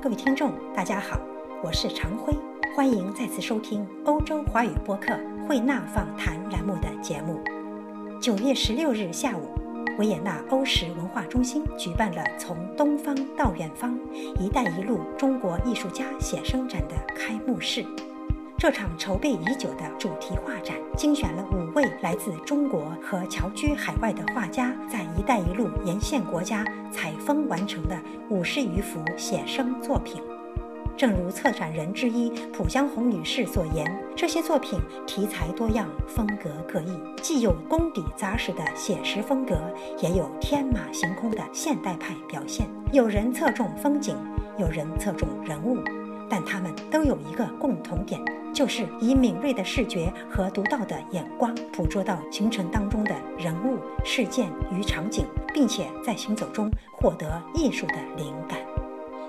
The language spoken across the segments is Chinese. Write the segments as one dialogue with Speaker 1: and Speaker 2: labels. Speaker 1: 各位听众，大家好，我是常辉，欢迎再次收听欧洲华语播客《慧纳访谈》栏目的节目。九月十六日下午，维也纳欧石文化中心举办了“从东方到远方：一带一路中国艺术家写生展”的开幕式。这场筹备已久的主题画展，精选了五位来自中国和侨居海外的画家在“一带一路”沿线国家采风完成的五十余幅写生作品。正如策展人之一浦江红女士所言，这些作品题材多样，风格各异，既有功底扎实的写实风格，也有天马行空的现代派表现。有人侧重风景，有人侧重人物，但他们都有一个共同点，就是以敏锐的视觉和独到的眼光捕捉到行程当中的人物、事件与场景，并且在行走中获得艺术的灵感。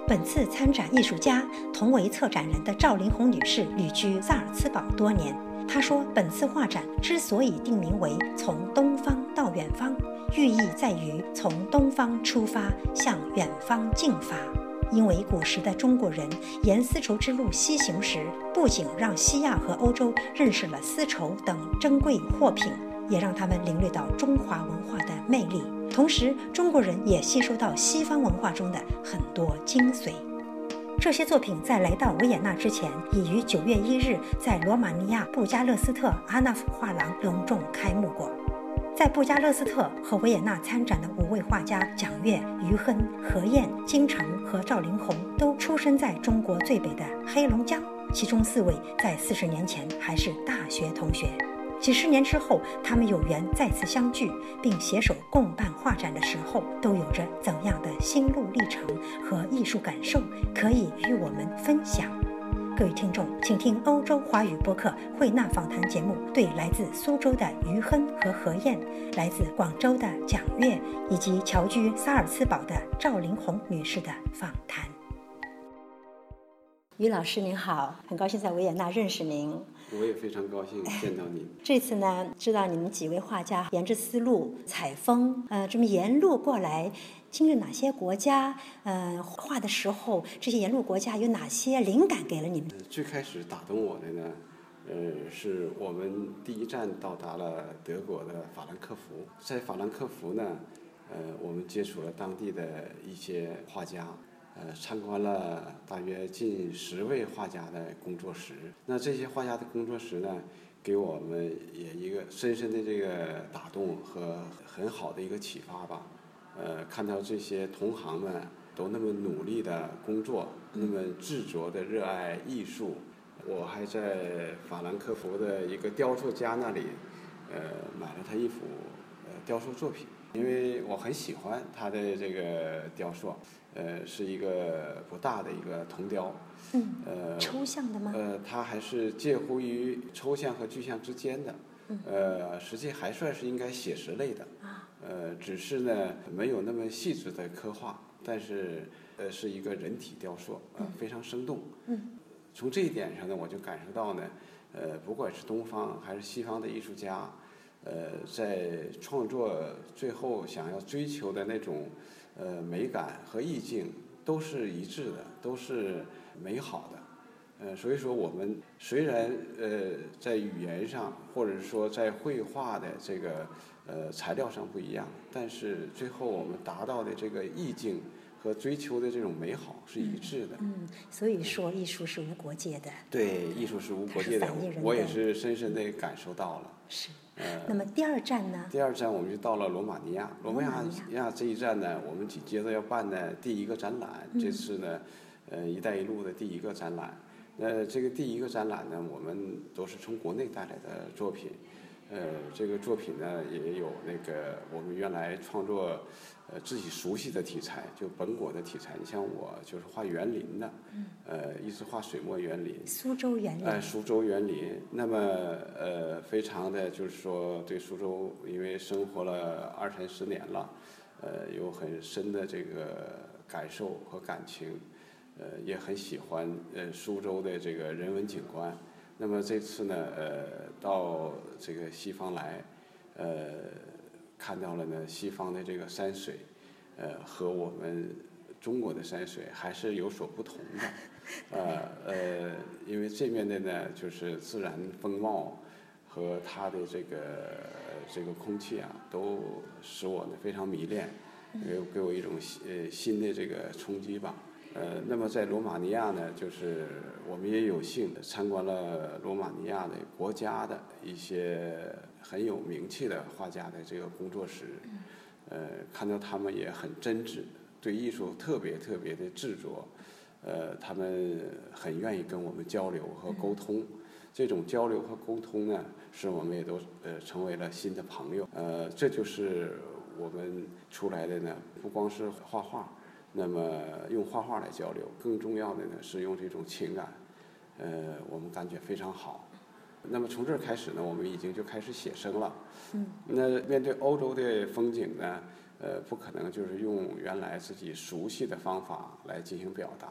Speaker 1: 本次参展艺术家同为策展人的赵林红女士旅居萨尔茨堡多年。她说，本次画展之所以定名为“从东方到远方”，寓意在于从东方出发，向远方进发。因为古时的中国人沿丝绸之路西行时，不仅让西亚和欧洲认识了丝绸等珍贵货品，也让他们领略到中华文化的魅力。同时，中国人也吸收到西方文化中的很多精髓。这些作品在来到维也纳之前，已于9月1日在罗马尼亚布加勒斯特阿纳夫画廊隆重开幕过。在布加勒斯特和维也纳参展的五位画家蒋越、于亨、何晏、金城和赵林红，都出生在中国最北的黑龙江，其中四位在四十年前还是大学同学。几十年之后，他们有缘再次相聚，并携手共办画展的时候，都有着怎样的心路历程和艺术感受，可以与我们分享？各位听众，请听欧洲华语播客《慧纳访谈》节目，对来自苏州的于亨和何燕，来自广州的蒋越，以及侨居萨尔茨堡的赵玲红女士的访谈。于老师您好，很高兴在维也纳认识您。
Speaker 2: 我也非常高兴见到您。
Speaker 1: 这次呢，知道你们几位画家沿着丝路采风，呃，这么沿路过来，经历哪些国家？呃，画的时候，这些沿路国家有哪些灵感给了你们？
Speaker 2: 呃最开始打动我的呢，呃，是我们第一站到达了德国的法兰克福，在法兰克福呢，呃，我们接触了当地的一些画家。呃，参观了大约近十位画家的工作室。那这些画家的工作室呢，给我们也一个深深的这个打动和很好的一个启发吧。呃，看到这些同行们都那么努力的工作，那么执着的热爱艺术，我还在法兰克福的一个雕塑家那里，呃，买了他一幅呃雕塑作品，因为我很喜欢他的这个雕塑，呃，是一个不大的一个铜雕，
Speaker 1: 嗯，
Speaker 2: 呃，
Speaker 1: 抽象的吗？
Speaker 2: 呃，它还是介乎于抽象和具象之间的，呃，实际还算是应该写实类的，
Speaker 1: 啊
Speaker 2: 呃，只是呢没有那么细致的刻画，但是呃是一个人体雕塑，呃非常生动。
Speaker 1: 嗯，
Speaker 2: 从这一点上呢，我就感受到呢，呃，不管是东方还是西方的艺术家，呃，在创作最后想要追求的那种呃美感和意境都是一致的，都是美好的。呃，所以说我们虽然呃在语言上，或者说在绘画的这个呃材料上不一样，但是最后我们达到的这个意境和追求的这种美好是一致的。
Speaker 1: 嗯，所以说艺术是无国界的。
Speaker 2: 对，艺术是无国界的
Speaker 1: 它是反映人，的
Speaker 2: 我也是深深的感受到了。
Speaker 1: 是。
Speaker 2: 呃，
Speaker 1: 那么第二站呢？
Speaker 2: 第二站我们就到了罗马尼亚，罗马
Speaker 1: 罗马尼
Speaker 2: 尼亚这一站呢，我们紧接着要办的第一个展览，
Speaker 1: 嗯
Speaker 2: 这次呢，呃，“一带一路”的第一个展览。那这个第一个展览呢，我们都是从国内带来的作品，呃，这个作品呢也有那个我们原来创作，呃自己熟悉的题材，就本国的题材。你像我就是画园林的，
Speaker 1: 嗯
Speaker 2: 呃，一直画水墨园林，
Speaker 1: 苏州园林。
Speaker 2: 哎，苏州园林，那么呃，非常的就是说对苏州，因为生活了二三十年了，呃，有很深的这个感受和感情，呃，也很喜欢呃苏州的这个人文景观。那么这次呢，呃，到这个西方来，呃，看到了呢西方的这个山水，呃，和我们中国的山水还是有所不同的。呃呃，因为这面的呢，就是自然风貌和它的这个这个空气啊，都使我呢非常迷恋，给给我一种新呃新的这个冲击吧。呃，那么在罗马尼亚呢，就是我们也有幸地参观了罗马尼亚的国家的一些很有名气的画家的这个工作室，呃，看到他们也很真挚，对艺术特别特别的执着，呃，他们很愿意跟我们交流和沟通。这种交流和沟通呢，使我们也都呃成为了新的朋友。呃，这就是我们出来的呢，不光是画画，那么用画画来交流，更重要的呢是用这种情感，呃，我们感觉非常好。那么从这儿开始呢，我们已经就开始写生了。
Speaker 1: 嗯。
Speaker 2: 那面对欧洲的风景呢，呃，不可能就是用原来自己熟悉的方法来进行表达。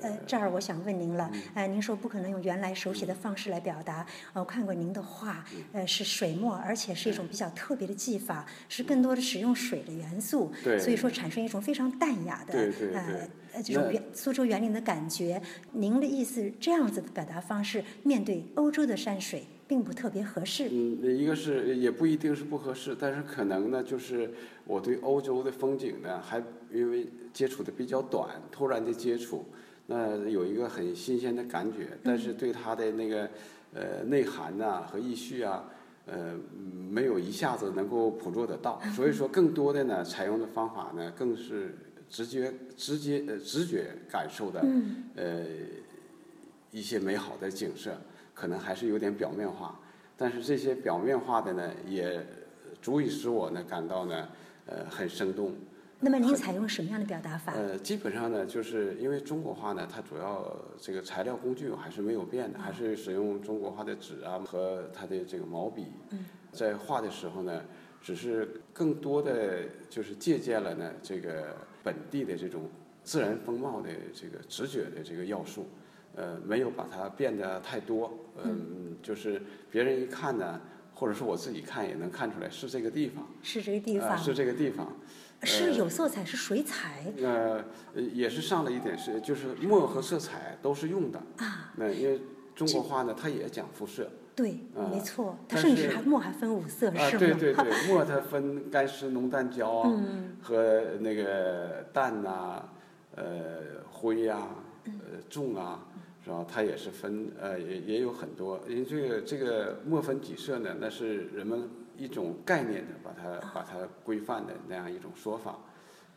Speaker 1: 呃，这儿我想问您了，
Speaker 2: 嗯
Speaker 1: 呃，您说不可能用原来手写的方式来表达，呃，我看过您的画，
Speaker 2: 嗯
Speaker 1: 呃，是水墨，而且是一种比较特别的技法，是更多的使用水的元素，
Speaker 2: 对
Speaker 1: 所以说产生一种非常淡雅的，
Speaker 2: 对对
Speaker 1: 呃
Speaker 2: 对
Speaker 1: 呃，这种
Speaker 2: 那
Speaker 1: 园苏州园林的感觉。您的意思，这样子的表达方式，面对欧洲的山水，并不特别合适。
Speaker 2: 嗯，一个是也不一定是不合适，但是可能呢，就是我对欧洲的风景呢，还因为接触的比较短，突然的接触，那有一个很新鲜的感觉，但是对它的那个呃内涵呐、和意绪啊，呃，没有一下子能够捕捉得到，所以说更多的呢，采用的方法呢，更是直觉、直接、呃直觉感受的，呃，一些美好的景色，可能还是有点表面化。但是这些表面化的呢，也足以使我呢感到呢，呃，很生动。
Speaker 1: 那么您采用什么样的表达法？
Speaker 2: 呃，基本上呢，就是因为中国画呢，它主要这个材料工具还是没有变的，
Speaker 1: 嗯
Speaker 2: 还是使用中国画的纸啊和它的这个毛笔。
Speaker 1: 嗯
Speaker 2: 在画的时候呢，只是更多的就是借鉴了呢这个本地的这种自然风貌的这个直觉的这个要素，呃，没有把它变得太多。嗯，就是别人一看呢，或者说我自己看也能看出来是这个地方，
Speaker 1: 是这个地
Speaker 2: 啊
Speaker 1: 方，
Speaker 2: 是这个地方。
Speaker 1: 是有色彩，是水彩
Speaker 2: 呃，也是上了一点是，就是墨和色彩都是用的。
Speaker 1: 啊，
Speaker 2: 那因为中国画呢，它也讲肤色
Speaker 1: 对，
Speaker 2: 啊
Speaker 1: 没错，它
Speaker 2: 但
Speaker 1: 甚至
Speaker 2: 是
Speaker 1: 还墨还分五色，
Speaker 2: 啊，
Speaker 1: 是吗？嗯
Speaker 2: 对对对，墨它分干湿浓淡焦啊，和那个淡呐、呃灰呀、呃重啊，是吧？它也是分呃也也有很多，因为这个这个墨分几色呢，那是人们一种概念的，把它把它规范的那样一种说法。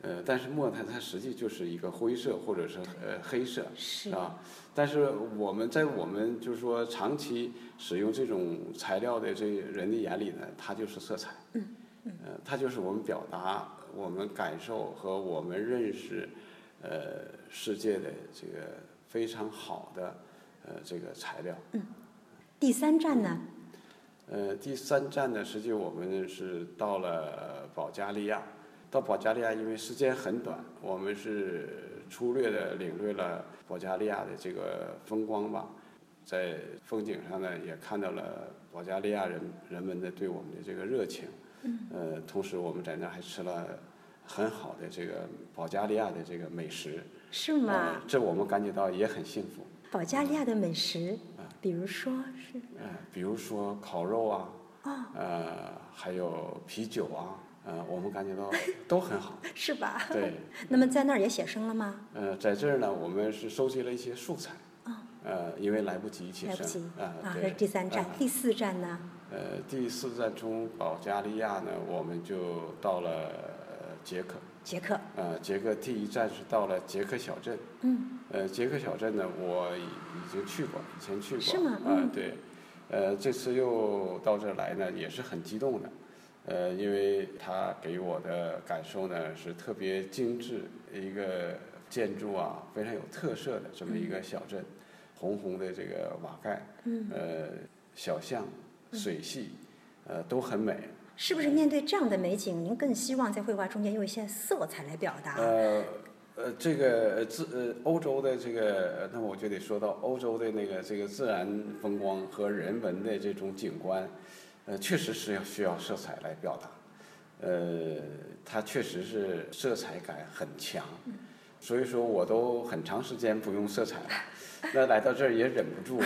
Speaker 2: 呃，但是墨它它实际就是一个灰色或者是呃黑色，
Speaker 1: 是
Speaker 2: 啊，但是我们在我们就是说长期使用这种材料的这人的眼里呢，它就是色彩，嗯，呃，它就是我们表达、我们感受和我们认识，呃，世界的这个非常好的呃这个材料。
Speaker 1: 第三站呢，
Speaker 2: 呃，第三站呢，实际我们是到了保加利亚。到保加利亚，因为时间很短，我们是粗略的领略了保加利亚的这个风光吧。在风景上呢，也看到了保加利亚人人们的对我们的这个热情。
Speaker 1: 嗯
Speaker 2: 呃，同时我们在那儿还吃了很好的这个保加利亚的这个美食。
Speaker 1: 是吗
Speaker 2: 呃？这我们感觉到也很幸福。
Speaker 1: 保加利亚的美食，
Speaker 2: 啊
Speaker 1: 比如说是
Speaker 2: 呃，比如说烤肉啊，
Speaker 1: 哦
Speaker 2: 呃，还有啤酒啊，呃，我们感觉到都很 好。
Speaker 1: 是吧？
Speaker 2: 对，
Speaker 1: 那么在那儿也写生了吗？
Speaker 2: 呃，在这儿呢，我们是收集了一些素材，呃，因为来不及写
Speaker 1: 哦来不及
Speaker 2: 生，
Speaker 1: 啊，这
Speaker 2: 对，
Speaker 1: 是第三站
Speaker 2: 啊，
Speaker 1: 第四站呢？
Speaker 2: 呃，第四站从保加利亚呢，我们就到了呃捷克，
Speaker 1: 捷克，
Speaker 2: 呃，捷克第一站是到了捷克小镇，
Speaker 1: 嗯，
Speaker 2: 呃，捷克小镇呢，我已已经去过，以前去过，
Speaker 1: 是吗
Speaker 2: 啊、
Speaker 1: 嗯
Speaker 2: 对，呃，这次又到这儿来呢，也是很激动的，呃，因为它给我的感受呢是特别精致，一个建筑啊非常有特色的这么一个小镇，红红的这个瓦盖，
Speaker 1: 嗯，
Speaker 2: 呃，小巷、水系，呃，都很美，
Speaker 1: 是不是面对这样的美景，您更希望在绘画中间用一些色彩来表达？
Speaker 2: 呃呃，这个呃自呃欧洲的这个，呃那我就得说到欧洲的那个这个自然风光和人文的这种景观，呃，确实是要需要色彩来表达，呃，它确实是色彩感很强，所以说我都很长时间不用色彩了。 那来到这儿也忍不住，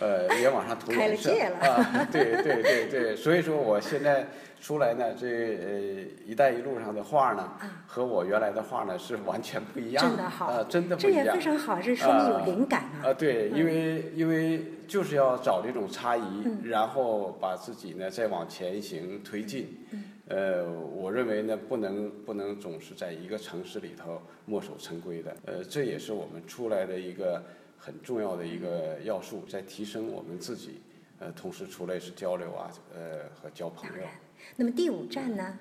Speaker 2: 呃，也往上涂
Speaker 1: 开了
Speaker 2: 颜色
Speaker 1: 戒了
Speaker 2: 啊，对对对对，所以说我现在出来呢，这呃“一带一路”上的画呢，和我原来的画呢是完全不一样
Speaker 1: 嗯真的好
Speaker 2: 啊，真的不
Speaker 1: 这
Speaker 2: 一
Speaker 1: 也
Speaker 2: 样
Speaker 1: 非。常好，这说明有
Speaker 2: 啊
Speaker 1: 灵感啊。
Speaker 2: 啊，对，因为因为就是要找这种差异，
Speaker 1: 嗯
Speaker 2: 然后把自己呢再往前行推进。
Speaker 1: 嗯
Speaker 2: 呃，我认为呢，不能不能总是在一个城市里头墨守成规的。呃，这也是我们出来的一个很重要的一个要素，在提升我们自己。呃，同时出来是交流啊，呃，和交朋
Speaker 1: 当
Speaker 2: 友
Speaker 1: 然。，那么第五站呢，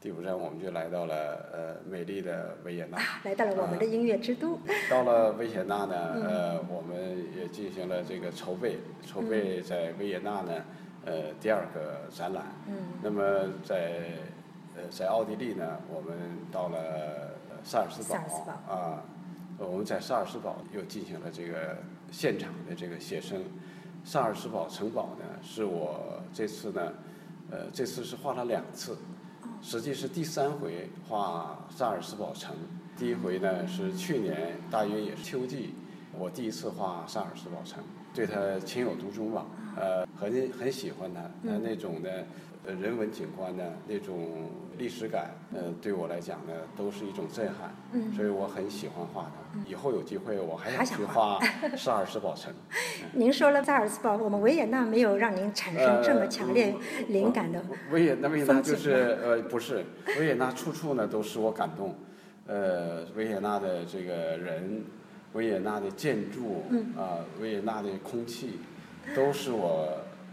Speaker 2: 第五站我们就来到了呃美丽的维也纳。
Speaker 1: 啊来到了我们的音乐之都。
Speaker 2: 到了维也纳呢，呃，我们也进行了这个筹备，筹备在维也纳呢，呃，第二个展览。
Speaker 1: 嗯，
Speaker 2: 那么在呃在奥地利呢，我们到了呃萨尔茨堡
Speaker 1: 萨尔茨堡
Speaker 2: 啊，我们在萨尔茨堡又进行了这个现场的这个写生。萨尔茨堡城堡呢，是我这次呢，呃，这次是画了两次，
Speaker 1: 哦
Speaker 2: 实际是第三回画萨尔茨堡城。第一回呢是去年，大约也是秋季，我第一次画萨尔茨堡城，对它情有独钟吧，
Speaker 1: 啊
Speaker 2: 呃，很很喜欢它，
Speaker 1: 嗯
Speaker 2: 它那种的呃人文景观呢，那种历史感，呃，对我来讲呢，都是一种震撼，
Speaker 1: 嗯
Speaker 2: 所以我很喜欢画它。以后有机会我还
Speaker 1: 还
Speaker 2: 想
Speaker 1: 想
Speaker 2: 去
Speaker 1: 画
Speaker 2: 画萨尔茨堡城。
Speaker 1: 您说了萨尔茨堡，我们维也纳没有让您产生哎
Speaker 2: 呃
Speaker 1: 这么强
Speaker 2: 嗯
Speaker 1: 烈灵感的。
Speaker 2: 维也纳，维也纳
Speaker 1: 风景啊
Speaker 2: 就是呃，不是维也纳，处处呢都使我感动。呃，维也纳的这个人，维也纳的建筑，
Speaker 1: 嗯
Speaker 2: 啊、维也纳的空气，都使我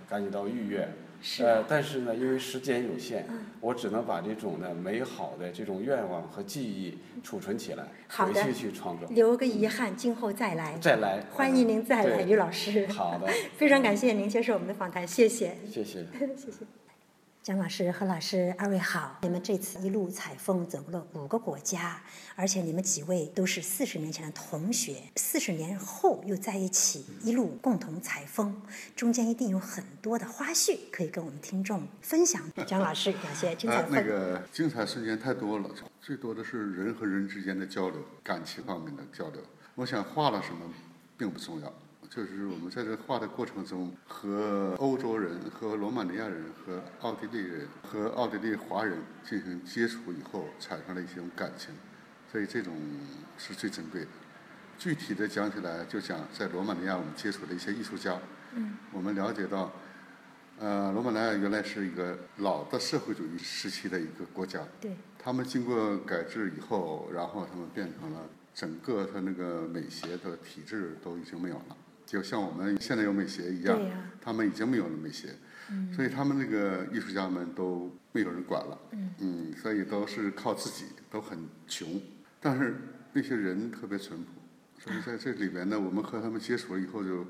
Speaker 2: 感觉到愉悦。
Speaker 1: 是嗯
Speaker 2: 呃，但是呢，因为时间有限，我只能把这种呢美好的这种愿望和记忆储存起来，
Speaker 1: 好
Speaker 2: 回
Speaker 1: 的
Speaker 2: 去去创作，
Speaker 1: 留个遗憾，今后再来。
Speaker 2: 再来。
Speaker 1: 欢迎您再来，
Speaker 2: 对
Speaker 1: 于老师。
Speaker 2: 好 的，嗯
Speaker 1: 非常感谢您接受我们的访谈，谢谢。
Speaker 2: 谢谢。
Speaker 1: 蒋老师、何老师，二位好！你们这次一路采风走了五个国家，而且你们几位都是四十年前的同学，四十年后又在一起，一路共同采风，中间一定有很多的花絮可以跟我们听众分享。蒋老师，感谢精彩
Speaker 3: 呃
Speaker 1: 分，
Speaker 3: 那个精彩瞬间太多了，最多的是人和人之间的交流，感情方面的交流。我想画了什么并不重要，就是我们在这画的过程中，和欧洲人、和罗马尼亚人、和奥地利人、和奥地利华人进行接触以后，产生了一些感情，所以这种是最珍贵的。具体的讲起来，就讲在罗马尼亚我们接触了一些艺术家，嗯，我们了解到。呃，罗马尼亚原来是一个老的社会主义时期的一个国家，
Speaker 1: 对，
Speaker 3: 他们经过改制以后，然后他们变成了整个它那个美协的体制都已经没有了，就像我们现在有美协一样，
Speaker 1: 对呀
Speaker 3: 他们已经没有了美协，所以他们那个艺术家们都没有人管了，嗯所以都是靠自己，都很穷，但是那些人特别淳朴，所以在这里边呢，我们和他们接触了以后就。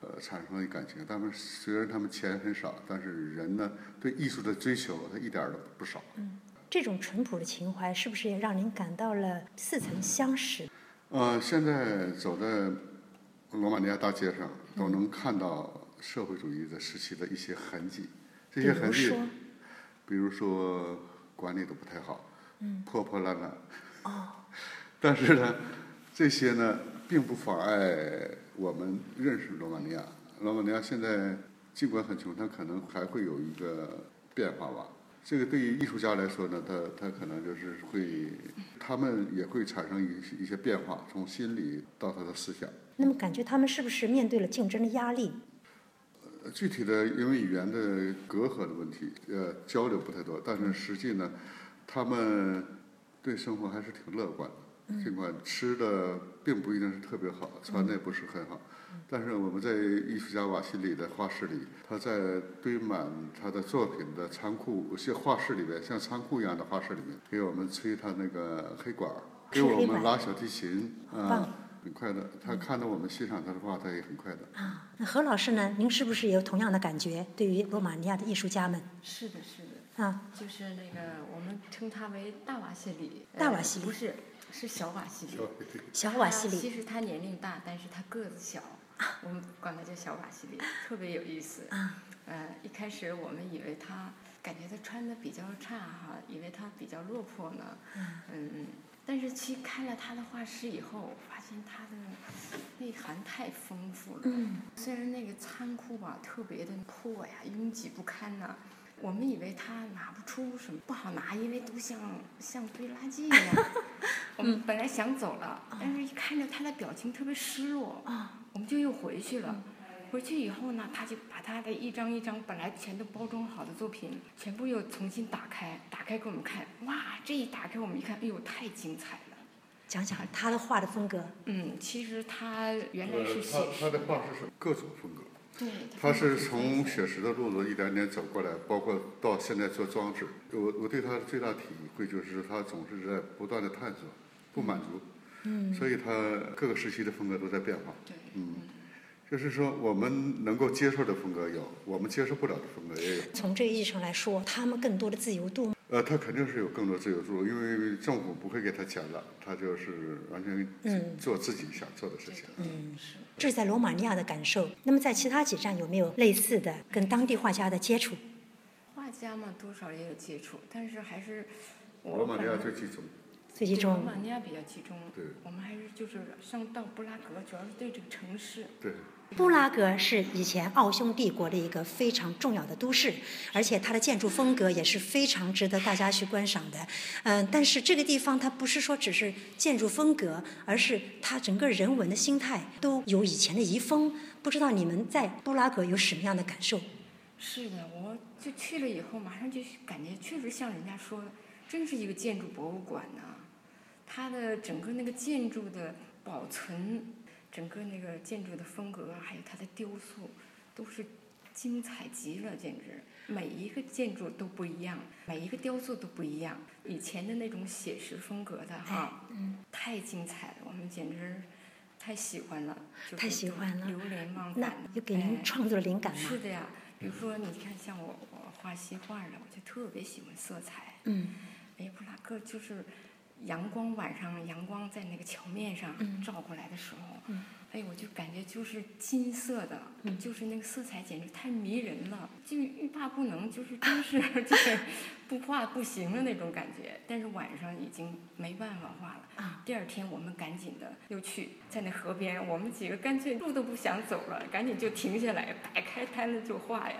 Speaker 3: 呃，产生了感情。他们虽然他们钱很少，但是人呢对艺术的追求，他一点儿都不少。
Speaker 1: 这种淳朴的情怀是不是也让您感到了似曾相识？
Speaker 3: 呃，现在走在罗马尼亚大街上，都能看到社会主义的时期的一些痕迹。这
Speaker 1: 比
Speaker 3: 些痕
Speaker 1: 如
Speaker 3: 迹，
Speaker 1: 说，
Speaker 3: 比如说管理的不太好，破破烂烂。 但是呢，这些呢，并不妨碍我们认识罗马尼亚。罗马尼亚现在尽管很穷，它可能还会有一个变化吧。这个对于艺术家来说呢，他他可能就是会，他们也会产生一些一些变化，从心理到他的思想。
Speaker 1: 那么感觉他们是不是面对了竞争的压力？
Speaker 3: 呃具体的因为语言的隔阂的问题，呃，交流不太多，但是实际呢，他们对生活还是挺乐观的，
Speaker 1: 嗯
Speaker 3: 尽管吃的并不一定是特别好，穿的也不是很好，
Speaker 1: 嗯
Speaker 3: 嗯但是我们在艺术家瓦西里的画室里，他在堆满他的作品的仓库，有些画室里面像仓库一样的画室里面，给我们吹他那个黑管儿，给
Speaker 1: 吹
Speaker 3: 我
Speaker 1: 啊黑
Speaker 3: 们
Speaker 1: 管
Speaker 3: 拉小提琴，
Speaker 1: 好
Speaker 3: 啊、
Speaker 1: 棒
Speaker 3: 很快乐。他看到我们欣赏他的画，他也很快乐。
Speaker 1: 啊，那何老师呢？您是不是也有同样的感觉？对于罗马尼亚的艺术家们
Speaker 4: 是的，是的，
Speaker 1: 啊，
Speaker 4: 就是那个我们称它为大瓦西里，呃
Speaker 1: 大瓦西里
Speaker 4: 不是，是小瓦西里。
Speaker 1: 小瓦西
Speaker 4: 啊他其
Speaker 1: 里啊
Speaker 4: 实他年龄大，但是他个子小，我们管他叫小瓦西里，特别有意思。呃，一开始我们以为他感觉他穿的比较差哈，以为他比较落魄呢。嗯，但是去看了他的画室以后，我发现他的内涵太丰富了。
Speaker 1: 嗯
Speaker 4: 虽然那个仓库吧特别的破呀，拥挤不堪呐、我们以为他拿不出什么不好拿，因为都像像堆垃圾一样。我
Speaker 3: 嗯
Speaker 4: 们本来想走了，
Speaker 3: 啊
Speaker 4: 但是一看着他的表情特别失落，
Speaker 1: 啊
Speaker 4: 我们就又回去
Speaker 3: 嗯
Speaker 4: 了。回去以后呢，他就把他的一张一张本来全都包装好的作品，全部又重新打开，打开给我们看。哇，这一打开我们一看，哎呦，太精彩了！
Speaker 1: 讲讲他的画的风格，
Speaker 4: 嗯，其实他原来是
Speaker 3: 呃，
Speaker 4: 写
Speaker 3: 他他的画是什么各种风格，
Speaker 4: 对，
Speaker 3: 他
Speaker 4: 风格
Speaker 3: 是
Speaker 4: 特别
Speaker 3: 从写实的路子一点点走过来，包括到现在做装置。我我对他的最大体会就是他总是在不断的探索，不满足，嗯，所以他各个时期的风格都在变化。
Speaker 4: 对，
Speaker 3: 就是说，我们能够接受的风格有，我们接受不了的风格也有。
Speaker 1: 从这个意义上来说，他们更多的自由度，
Speaker 3: 呃，他肯定是有更多自由度，因为政府不会给他钱了，他就是完全
Speaker 1: 嗯
Speaker 3: 做自己想做的事情。
Speaker 4: 嗯，是。
Speaker 1: 这是在罗马尼亚的感受。那么在其他几站有没有类似的跟当地画家的接触？
Speaker 4: 画家嘛，多少也有接触，但是还是我
Speaker 3: 罗马尼亚
Speaker 4: 本来
Speaker 3: 最集中，
Speaker 1: 最集
Speaker 4: 对罗
Speaker 1: 中
Speaker 4: 马尼亚比较集中。
Speaker 3: 对
Speaker 4: 我们还是就是上到布拉格，主要是对这个城市。
Speaker 3: 对，
Speaker 1: 布拉格是以前奥匈帝国的一个非常重要的都市，而且它的建筑风格也是非常值得大家去观赏的。嗯、但是这个地方它不是说只是建筑风格，而是它整个人文的心态都有以前的遗风。不知道你们在布拉格有什么样的感受？
Speaker 4: 是的，我就去了以后，马上就感觉确实像人家说的，真是一个建筑博物馆呐、它的整个那个建筑的保存，整个那个建筑的风格啊，还有它的雕塑，都是精彩极了，简直每一个建筑都不一样，每一个雕塑都不一样。以前的那种写实风格的哈，太精彩了，我们简直太喜欢了，就是
Speaker 1: 太喜欢了
Speaker 4: 流连忘返
Speaker 1: 那
Speaker 4: 了。
Speaker 1: 有给您
Speaker 4: 哎
Speaker 1: 创作灵感吗？
Speaker 4: 是的呀，比如说你看，像我我画西画的，我就特别喜欢色彩。
Speaker 1: 嗯，
Speaker 4: 哎，布拉格就是阳光晚上阳光在那个桥面上
Speaker 1: 嗯
Speaker 4: 照过来的时候，哎，我就感觉就是金色的，
Speaker 1: 嗯
Speaker 4: 就是那个色彩简直太迷人了，就欲罢不能，就是真是 就是不画不行的那种感觉。但是晚上已经没办法画了。
Speaker 1: 啊，
Speaker 4: 第二天我们赶紧的又去，在那河边，我们几个干脆路都不想走了，赶紧就停下来，摆开摊子就画呀。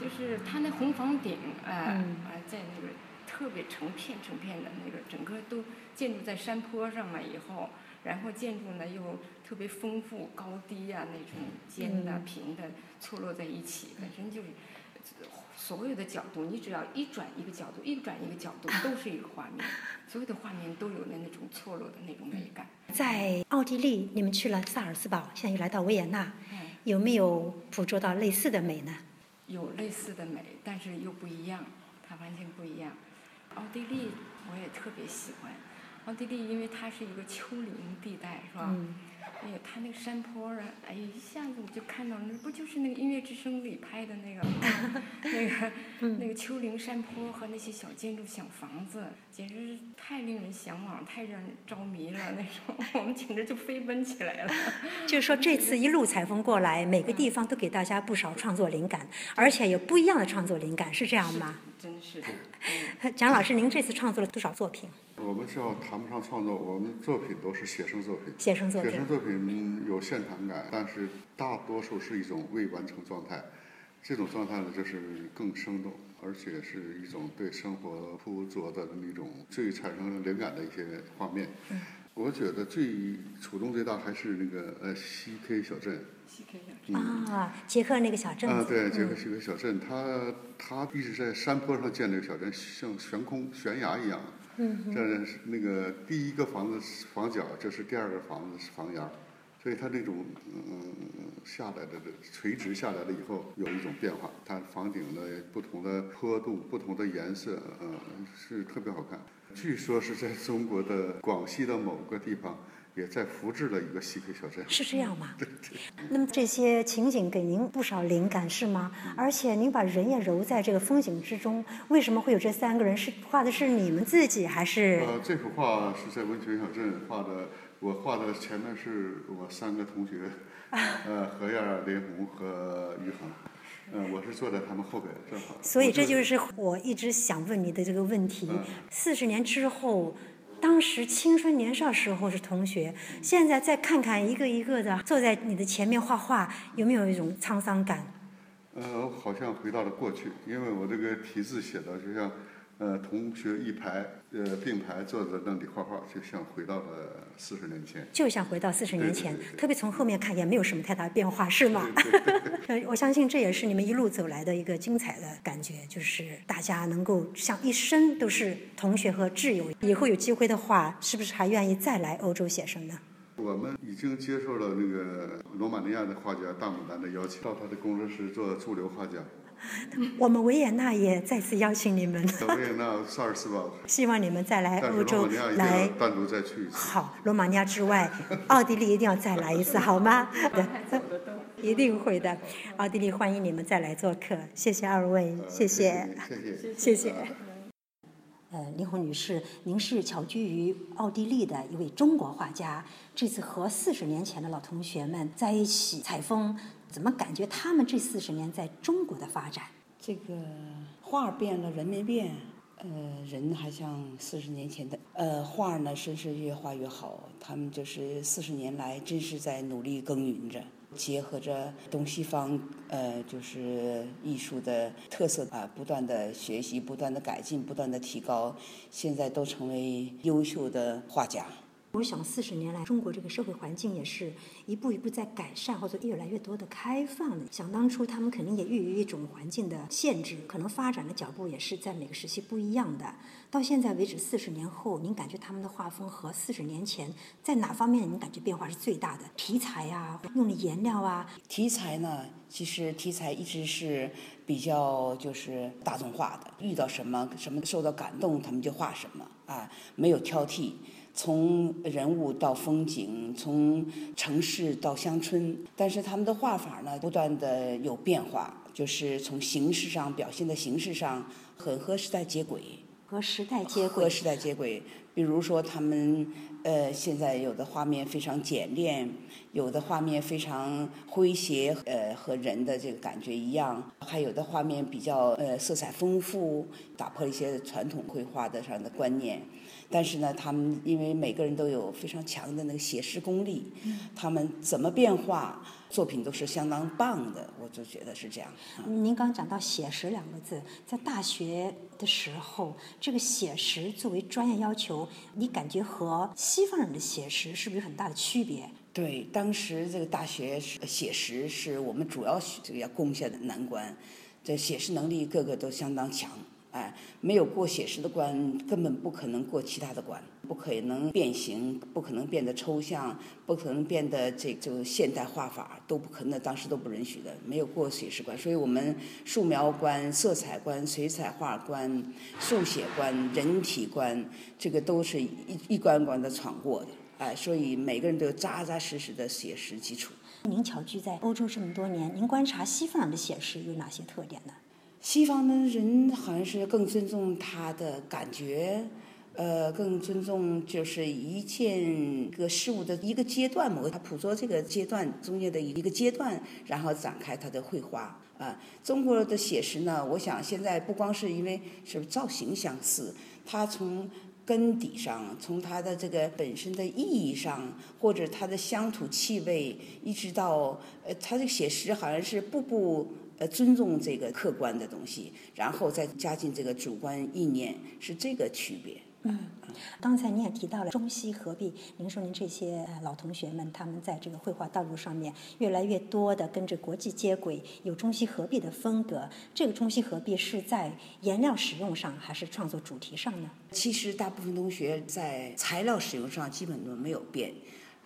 Speaker 4: 就是他那红房顶，哎、
Speaker 1: 嗯
Speaker 4: 啊，在那个特别成片成片的那个，整个都建筑在山坡上嘛，以后，然后建筑呢又特别丰富，高低呀、那种尖的、
Speaker 1: 嗯
Speaker 4: 平的错落在一起，本身就是。所有的角度，你只要一转一个角度，一转一个角度，都是一个画面。所有的画面都有了那种错落的那种美感。
Speaker 1: 在奥地利，你们去了萨尔茨堡，现在又来到维也纳，
Speaker 4: 嗯，
Speaker 1: 有没有捕捉到类似的美呢？
Speaker 4: 有类似的美，但是又不一样，它完全不一样。奥地利我也特别喜欢，奥地利因为它是一个丘陵地带，是吧？
Speaker 1: 嗯，
Speaker 4: 哎呀，它那个山坡啊，哎呀，一下子我就看到了，那不就是那个音乐之声里拍的那个那 个
Speaker 1: 嗯
Speaker 4: 那个丘陵山坡和那些小建筑、小房子，简直是太令人向往，太让人着迷了那种， 我们简直就飞奔起来了。
Speaker 1: 就是说，这次一路采风过来，每个地方都给大家不少创作灵感，而且有不一样的创作灵感，是这样吗？
Speaker 4: 真是的，嗯，
Speaker 1: 蒋老师，您这次创作了多少作品？
Speaker 3: 我们是要谈不上创作，我们作品都是写生作品。
Speaker 1: 写生作
Speaker 3: 写
Speaker 1: 品
Speaker 3: 生作品有现场感，但是大多数是一种未完成状态。这种状态呢，就是更生动，而且是一种对生活捕捉的那种最产生灵感的一些画面。
Speaker 1: 嗯
Speaker 3: 我觉得最触动最大还是那个呃西 K 小镇，
Speaker 4: 西可以了
Speaker 1: 啊，捷克那个小镇
Speaker 3: 啊，
Speaker 1: 子，
Speaker 3: 对，这
Speaker 1: 嗯
Speaker 3: 个是个小镇，它它一直在山坡上建这个小镇，像悬空悬崖一样。嗯，这是那个第一个房子是房角，这是第二个房子是房檐儿，所以它那种嗯下来的这垂直下来了以后有一种变化，它房顶的不同的坡度、不同的颜色，嗯、是特别好看。据说是在中国的广西的某个地方也在复制了一个西北小镇。
Speaker 1: 是这样吗？ 那么这些情景给您不少灵感是吗？而且您把人也揉在这个风景之中，为什么会有这三个人？是画的是你们自己还是？
Speaker 3: 呃，这幅画是在温泉小镇画的，我画的前面是我三个同学，
Speaker 1: 啊
Speaker 3: 呃，何燕、林红和于恒，呃，我是坐在他们后边，正好。
Speaker 1: 所以这
Speaker 3: 我
Speaker 1: 就是我一直想问你的这个问题
Speaker 3: 嗯。
Speaker 1: 四十年之后，当时青春年少时候是同学，现在再看看一个一个的坐在你的前面画画，有没有一种沧桑感？
Speaker 3: 呃，我好像回到了过去，因为我这个题字写的就像，呃，同学一排，呃，并排坐在那里画画，就像回到了四十年前。
Speaker 1: 就像回到四十年前，
Speaker 3: 对对对对
Speaker 1: 特别从后面看也没有什么太大变化，是吗？ 呃我相信这也是你们一路走来的一个精彩的感觉，就是大家能够像一生都是同学和挚友。以后有机会的话，是不是还愿意再来欧洲写生呢？
Speaker 3: 我们已经接受了那个罗马尼亚的画家大牡丹的邀请，到他的工作室做驻留画家。
Speaker 1: 我们维也纳也再次邀请你 们，
Speaker 3: 在维也纳、萨尔茨堡，
Speaker 1: 希望你们再来
Speaker 3: 但
Speaker 1: 哎欧
Speaker 3: 是罗
Speaker 1: 洲
Speaker 3: 马尼亚一定
Speaker 1: 来
Speaker 3: 要单独再去一次。
Speaker 1: 好，罗马尼亚之外，奥地利一定要再来一次，好吗？ 对，一定会的。奥地利欢迎你们再来做客，谢谢二位，
Speaker 3: 呃
Speaker 1: 谢谢，
Speaker 3: 谢谢你，
Speaker 1: 谢
Speaker 3: 谢谢。
Speaker 1: 谢。呃，林红女士，您是侨居于奥地利的一位中国画家，这次和四十年前的老同学们在一起采风，怎么感觉他们这四十年在中国的发展？
Speaker 5: 这个画变了，人没变，呃，人还像四十年前的，呃，画呢真是越画越好。他们就是四十年来真是在努力耕耘着，结合着东西方呃就是艺术的特色啊，不断的学习，不断的改进，不断的提高，现在都成为优秀的画家。
Speaker 1: 我想，四十年来，中国这个社会环境也是一步一步在改善，或者越来越多的开放的。想当初，他们肯定也遇于一种环境的限制，可能发展的脚步也是在每个时期不一样的。到现在为止，四十年后，您感觉他们的画风和四十年前在哪方面您感觉变化是最大的？题材啊，用的颜料啊，
Speaker 5: 题材呢，其实题材一直是比较就是大众化的，遇到什么什么受到感动，他们就画什么啊，没有挑剔。从人物到风景，从城市到乡村，但是他们的画法呢，不断的有变化，就是从形式上表现的形式上很和时代接轨，
Speaker 1: 和时代接
Speaker 5: 和
Speaker 1: 轨。啊
Speaker 5: 时代接轨。比如说，他们呃，现在有的画面非常简练，有的画面非常诙谐，呃，和人的这个感觉一样；还有的画面比较呃色彩丰富，打破了一些传统绘画的上的观念。但是呢，他们因为每个人都有非常强的那个写实功力，
Speaker 1: 嗯
Speaker 5: 他们怎么变化，作品都是相当棒的。我就觉得是这样。
Speaker 1: 您刚讲到写实两个字，在大学的时候，这个写实作为专业要求，你感觉和西方人的写实是不是有很大的区别？
Speaker 5: 对，当时这个大学是写实是我们主要学这个要攻下的难关，这写实能力个个都相当强，哎，没有过写实的关，根本不可能过其他的关，不可能变形，不可能变得抽象，不可能变得这就现代画法都不可能，当时都不允许的，没有过写实关，所以我们素描关、色彩关、水彩画关、速写关、人体关，这个都是一一关关的闯过的。哎，所以每个人都有扎扎实实的写实基础。
Speaker 1: 您侨居在欧洲这么多年，您观察西方人的写实有哪些特点呢？
Speaker 5: 西方的人好像是更尊重他的感觉，呃，更尊重就是一件一个事物的一个阶段嘛，他捕捉这个阶段中间的一个阶段，然后展开他的绘画啊、中国的写实呢，我想现在不光是因为是造型相似，它从根底上，从它的这个本身的意义上，或者它的乡土气味，一直到呃，它这个写实好像是步步呃尊重这个客观的东西，然后再加进这个主观意念，是这个区别。
Speaker 1: 嗯刚才您也提到了中西合璧，您说您这些呃老同学们，他们在这个绘画道路上面越来越多的跟着国际接轨，有中西合璧的风格。这个中西合璧是在颜料使用上，还是创作主题上呢？
Speaker 5: 其实大部分同学在材料使用上基本都没有变，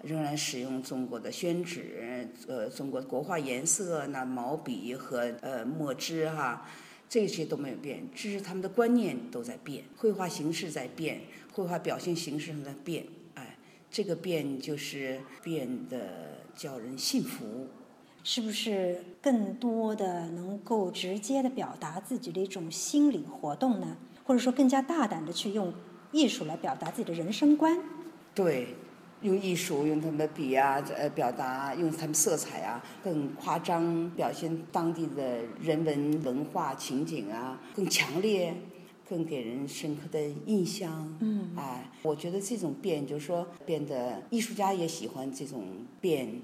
Speaker 5: 仍然使用中国的宣纸，呃，中国国画颜色，那毛笔和呃墨汁哈、这些都没有变，只是他们的观念都在变，绘画形式在变，绘画表现形式上在变，哎，这个变就是变得叫人信服。
Speaker 1: 是不是更多的能够直接的表达自己的一种心理活动呢？或者说更加大胆的去用艺术来表达自己的人生观？
Speaker 5: 对，用艺术，用他们的笔啊，呃，表达，用他们色彩啊，更夸张，表现当地的人文文化情景啊，更强烈，更给人深刻的印象。嗯，哎，我觉得这种变，就是说变得艺术家也喜欢这种变，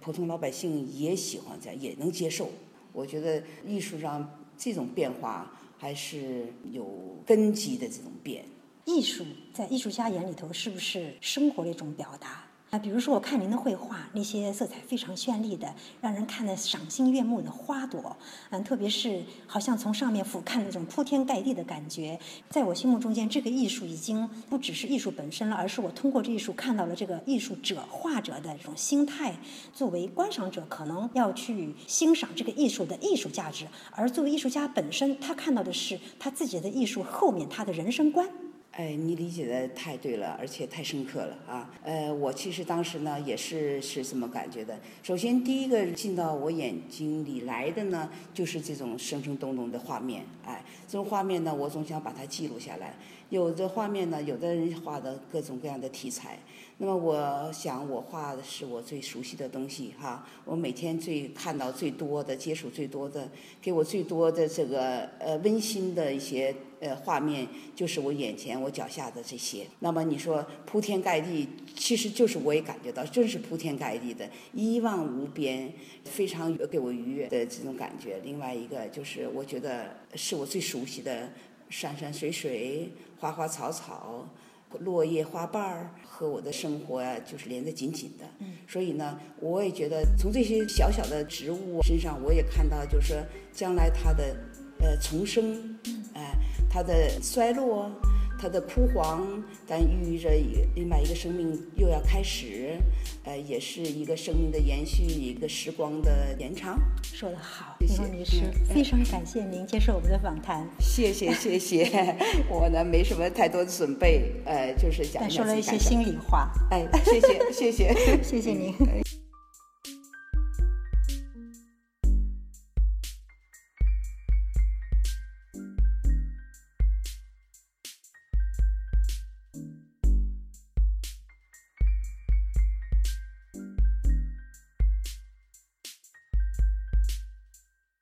Speaker 5: 普通老百姓也喜欢这样，也能接受。我觉得艺术上这种变化还是有根基的这种变。
Speaker 1: 艺术在艺术家眼里头是不是生活的一种表达？啊，比如说我看您的绘画，那些色彩非常绚丽的，让人看得赏心悦目的花朵，嗯，特别是好像从上面俯瞰那种铺天盖地的感觉，在我心目中间，这个艺术已经不只是艺术本身了，而是我通过这艺术看到了这个艺术者、画者的这种心态。作为观赏者，可能要去欣赏这个艺术的艺术价值，而作为艺术家本身，他看到的是他自己的艺术后面他的人生观。
Speaker 5: 哎，你理解的太对了，而且太深刻了啊！呃，我其实当时呢也是是这么感觉的。首先，第一个进到我眼睛里来的呢，就是这种生生动动的画面。哎，这种画面呢，我总想把它记录下来。有的画面呢，有的人画的各种各样的题材。那么，我想我画的是我最熟悉的东西哈、我每天最看到最多的、接触最多的、给我最多的这个呃温馨的一些呃画面，就是我眼前、我脚下的这些。那么你说铺天盖地，其实就是我也感觉到，真是铺天盖地的，一望无边，非常给我愉悦的这种感觉。另外一个就是，我觉得是我最熟悉的山山水水、花花草草。落叶、花瓣儿和我的生活呀、就是连得紧紧的。嗯，所以呢，我也觉得从这些小小的植物身上，我也看到，就是说将来它的呃重生，哎、它的衰落，它的枯黄，但寓意着另外一个生命又要开始，呃，也是一个生命的延续，一个时光的延长。
Speaker 1: 说得好，
Speaker 5: 谢
Speaker 1: 林
Speaker 5: 谢
Speaker 1: 峰女士
Speaker 5: 嗯，嗯
Speaker 1: 非常感谢您接受我们的访谈。
Speaker 5: 谢谢谢谢， 我呢没什么太多准备，呃，就是讲
Speaker 1: 但
Speaker 5: 一下
Speaker 1: 说了
Speaker 5: 自
Speaker 1: 一
Speaker 5: 己
Speaker 1: 些
Speaker 5: 感想。
Speaker 1: 心里话，
Speaker 5: 哎，谢谢谢谢。
Speaker 1: 谢谢您。